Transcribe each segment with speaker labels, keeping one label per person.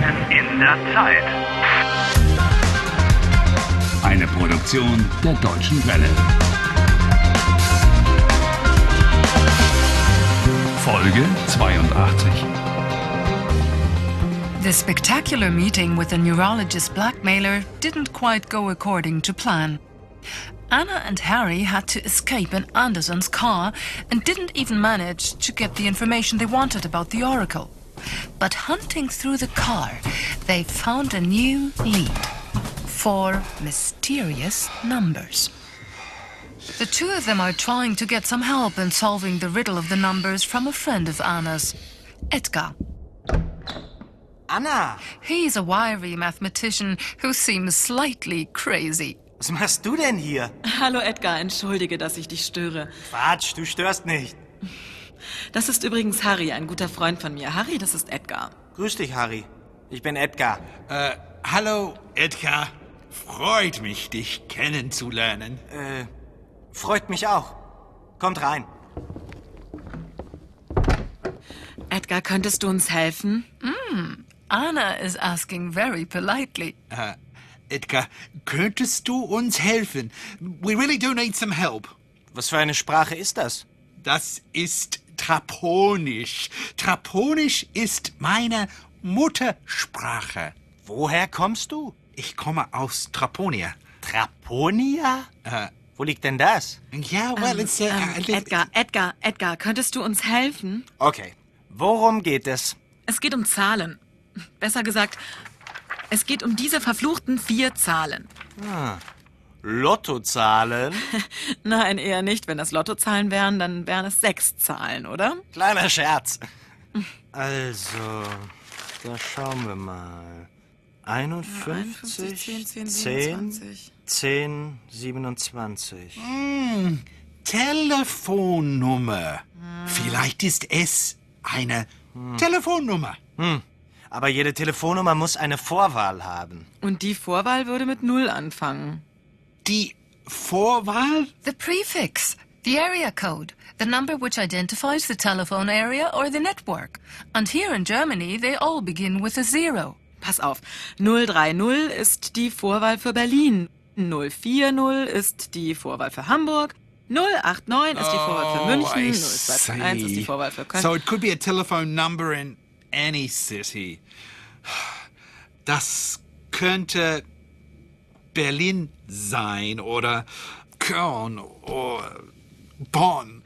Speaker 1: der Zeit.
Speaker 2: Eine Produktion der Deutschen Welle. Folge 82.
Speaker 3: The spectacular meeting with the neurologist blackmailer didn't quite go according to plan. Anna and Harry had to escape in Anderson's car and didn't even manage to get the information they wanted about the Oracle. But hunting through the car, they found a new lead four mysterious numbers. The two of them are trying to get some help in solving the riddle of the numbers from a friend of Anna's, Edgar.
Speaker 4: Anna,
Speaker 3: He's a wiry mathematician who seems slightly crazy.
Speaker 4: was machst du denn hier?
Speaker 5: Hallo Edgar, entschuldige, dass ich dich störe.
Speaker 4: Quatsch, du störst nicht.
Speaker 5: Das ist übrigens Harry, ein guter Freund von mir. Harry, das ist Edgar.
Speaker 4: Grüß dich, Harry. Ich bin Edgar.
Speaker 6: Äh, hallo, Edgar. Freut mich, dich kennenzulernen.
Speaker 4: Freut mich auch. Kommt rein.
Speaker 5: Edgar, könntest du uns helfen?
Speaker 3: Anna is asking very politely.
Speaker 6: Edgar, könntest du uns helfen? We really do need some help.
Speaker 4: Was für eine Sprache ist das?
Speaker 6: Das ist Traponisch. Traponisch ist meine Muttersprache.
Speaker 4: Woher kommst du?
Speaker 6: Ich komme aus Traponia.
Speaker 4: Traponia? Wo liegt denn das?
Speaker 6: Ähm, Ja, well, it's a, a
Speaker 5: Ähm,
Speaker 6: little-
Speaker 5: Edgar, Edgar, Edgar, könntest du uns helfen?
Speaker 4: Okay. Worum geht es?
Speaker 5: Es geht um Zahlen. Besser gesagt, es geht um diese verfluchten vier Zahlen.
Speaker 4: Lottozahlen?
Speaker 5: Nein, eher nicht. Wenn das Lottozahlen wären, dann wären es sechs Zahlen, oder?
Speaker 4: Kleiner Scherz. Also, da schauen wir mal. 51,
Speaker 5: 10, 10, 27.
Speaker 4: 10, 27.
Speaker 6: Telefonnummer. Vielleicht ist es eine
Speaker 5: Hm.
Speaker 6: Telefonnummer.
Speaker 4: Aber jede Telefonnummer muss eine Vorwahl haben.
Speaker 5: Und die Vorwahl würde mit null anfangen.
Speaker 6: Die Vorwahl?
Speaker 3: The prefix, the area code, the number which identifies the telephone area or the network. And here in Germany, they all begin with a zero.
Speaker 5: Pass auf. 030 ist die Vorwahl für Berlin. 040 ist die Vorwahl für Hamburg. 089 ist die Vorwahl
Speaker 6: Oh,
Speaker 5: für München. 021 ist die Vorwahl für Köln.
Speaker 6: So it could be a telephone number in any city. Das könnte Berlin sein oder Köln oder Bonn.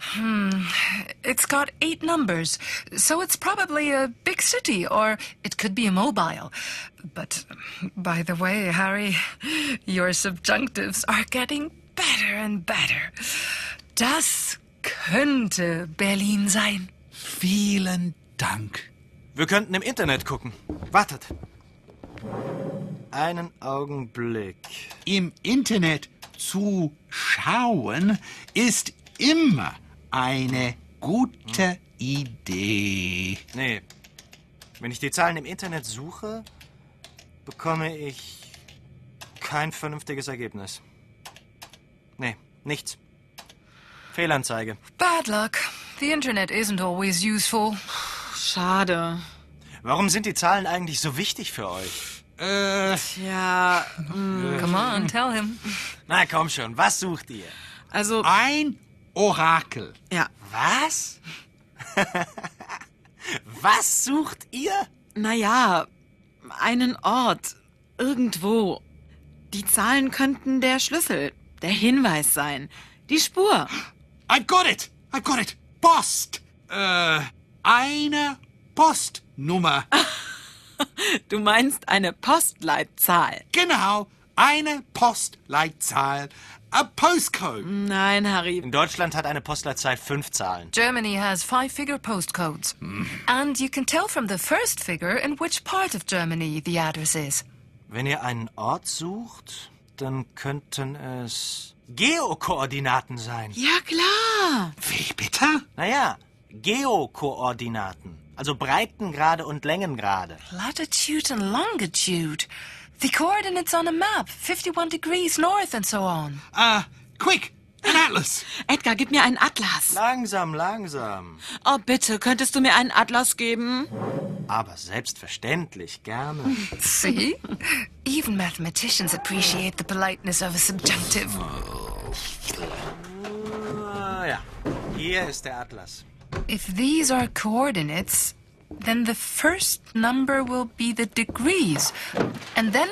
Speaker 3: It's got eight numbers, so it's probably a big city, or it could be a mobile. But, by the way, Harry, your subjunctives are getting better and better. Das könnte Berlin sein.
Speaker 6: Vielen Dank.
Speaker 4: Wir könnten im Internet gucken. Wartet. Einen Augenblick.
Speaker 6: Im Internet zu schauen ist immer eine gute Idee.
Speaker 4: Nee. Wenn ich die Zahlen im Internet suche, bekomme ich kein vernünftiges Ergebnis. Nee, nichts. Fehlanzeige.
Speaker 3: Bad luck. The internet isn't always useful.
Speaker 5: Schade.
Speaker 4: Warum sind die Zahlen eigentlich so wichtig für euch?
Speaker 6: Äh,
Speaker 5: Tja,
Speaker 3: Come on, tell him.
Speaker 4: Na komm schon, was sucht ihr?
Speaker 5: also,
Speaker 6: ein Orakel.
Speaker 5: ja.
Speaker 4: Was? was sucht ihr?
Speaker 5: Naja, einen Ort. Irgendwo. Die Zahlen könnten der Schlüssel, der Hinweis sein. Die Spur.
Speaker 6: I've got it! I've got it! Post! Äh, eine Postnummer.
Speaker 5: Du meinst eine Postleitzahl.
Speaker 6: Genau, eine Postleitzahl. A
Speaker 5: Mm.
Speaker 6: postcode.
Speaker 5: Nein, Harry,
Speaker 4: In Deutschland hat eine Postleitzahl fünf Zahlen.
Speaker 3: Germany has five figure postcodes. And you can tell from the first figure in which part of Germany the address is.
Speaker 4: Wenn ihr einen Ort sucht, dann könnten es Geokoordinaten sein.
Speaker 5: Ja, klar.
Speaker 6: Wie bitte?
Speaker 4: Naja, Geokoordinaten. Also Breitengrade und Längengrade.
Speaker 3: Latitude and longitude. The coordinates on a map 51 degrees north and so on.
Speaker 6: Äh, quick, an Atlas.
Speaker 5: Edgar, gib mir einen Atlas.
Speaker 4: Langsam, langsam.
Speaker 5: Oh, bitte, könntest du mir einen Atlas geben?
Speaker 4: Aber selbstverständlich, gerne.
Speaker 3: See? Even mathematicians appreciate the politeness of a subjunctive.
Speaker 4: Ah, ja. Hier ist der Atlas.
Speaker 3: If these are coordinates, then the first number will be the degrees, and then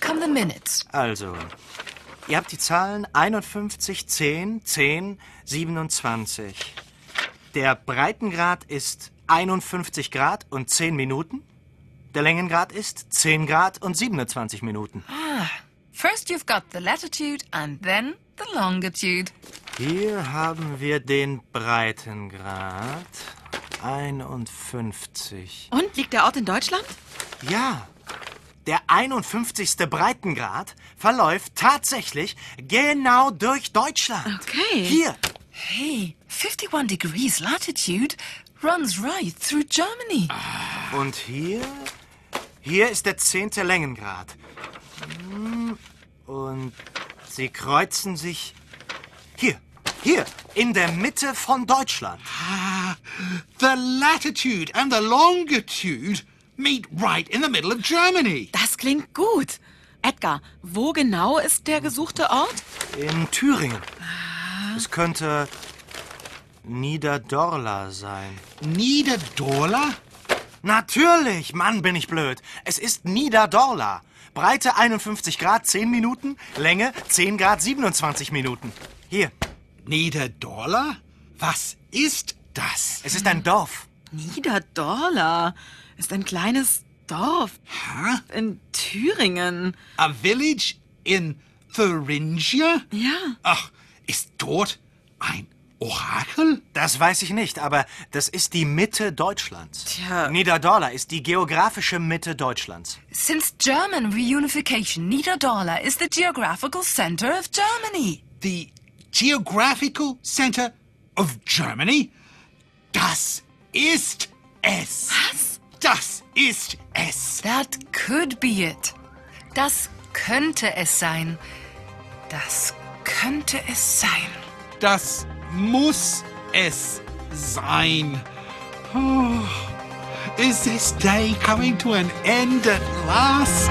Speaker 3: come the minutes.
Speaker 4: Also, ihr habt die Zahlen 51, 10, 10, 27. Der Breitengrad ist 51 Grad und 10 Minuten. Der Längengrad ist 10 Grad und 27 Minuten.
Speaker 3: First, you've got the latitude, and then the longitude.
Speaker 4: Hier haben wir den Breitengrad 51.
Speaker 5: Und liegt der Ort in Deutschland?
Speaker 4: Ja, der 51. Breitengrad verläuft tatsächlich genau durch Deutschland.
Speaker 5: Okay.
Speaker 4: Hier,
Speaker 3: Hey, 51 degrees latitude runs right through Germany.
Speaker 4: Und hier? Hier ist der zehnte Längengrad. Hm, Und sie kreuzen sich hier, hier, in der Mitte von Deutschland.
Speaker 6: The latitude and the longitude meet right in the middle of Germany.
Speaker 5: Das klingt gut. Edgar, wo genau ist der gesuchte Ort?
Speaker 4: In Thüringen. Es könnte Niederdorla sein.
Speaker 6: Niederdorla?
Speaker 4: Natürlich, Mann, bin ich blöd. Es ist Niederdorla. Breite 51 Grad 10 Minuten, Länge 10 Grad 27 Minuten. Hier,
Speaker 6: Niederdorla? Was ist das?
Speaker 4: es ist ein Dorf.
Speaker 5: Niederdorla ist ein kleines Dorf
Speaker 6: Huh?
Speaker 5: in Thüringen.
Speaker 6: A village in Thuringia?
Speaker 5: Ja.
Speaker 6: Ach, ist dort ein Orakel?
Speaker 4: Das weiß ich nicht, aber das ist die Mitte Deutschlands.
Speaker 5: Tja.
Speaker 4: Niederdorla ist die geografische Mitte Deutschlands.
Speaker 3: Since German reunification, Niederdorla is the geographical center of Germany.
Speaker 6: The geographical center of Germany? Das ist es. Was? Das ist es.
Speaker 3: That could be it. Das könnte es sein. Das könnte es sein.
Speaker 6: Das muss es sein. Oh, is this day coming to an end at last?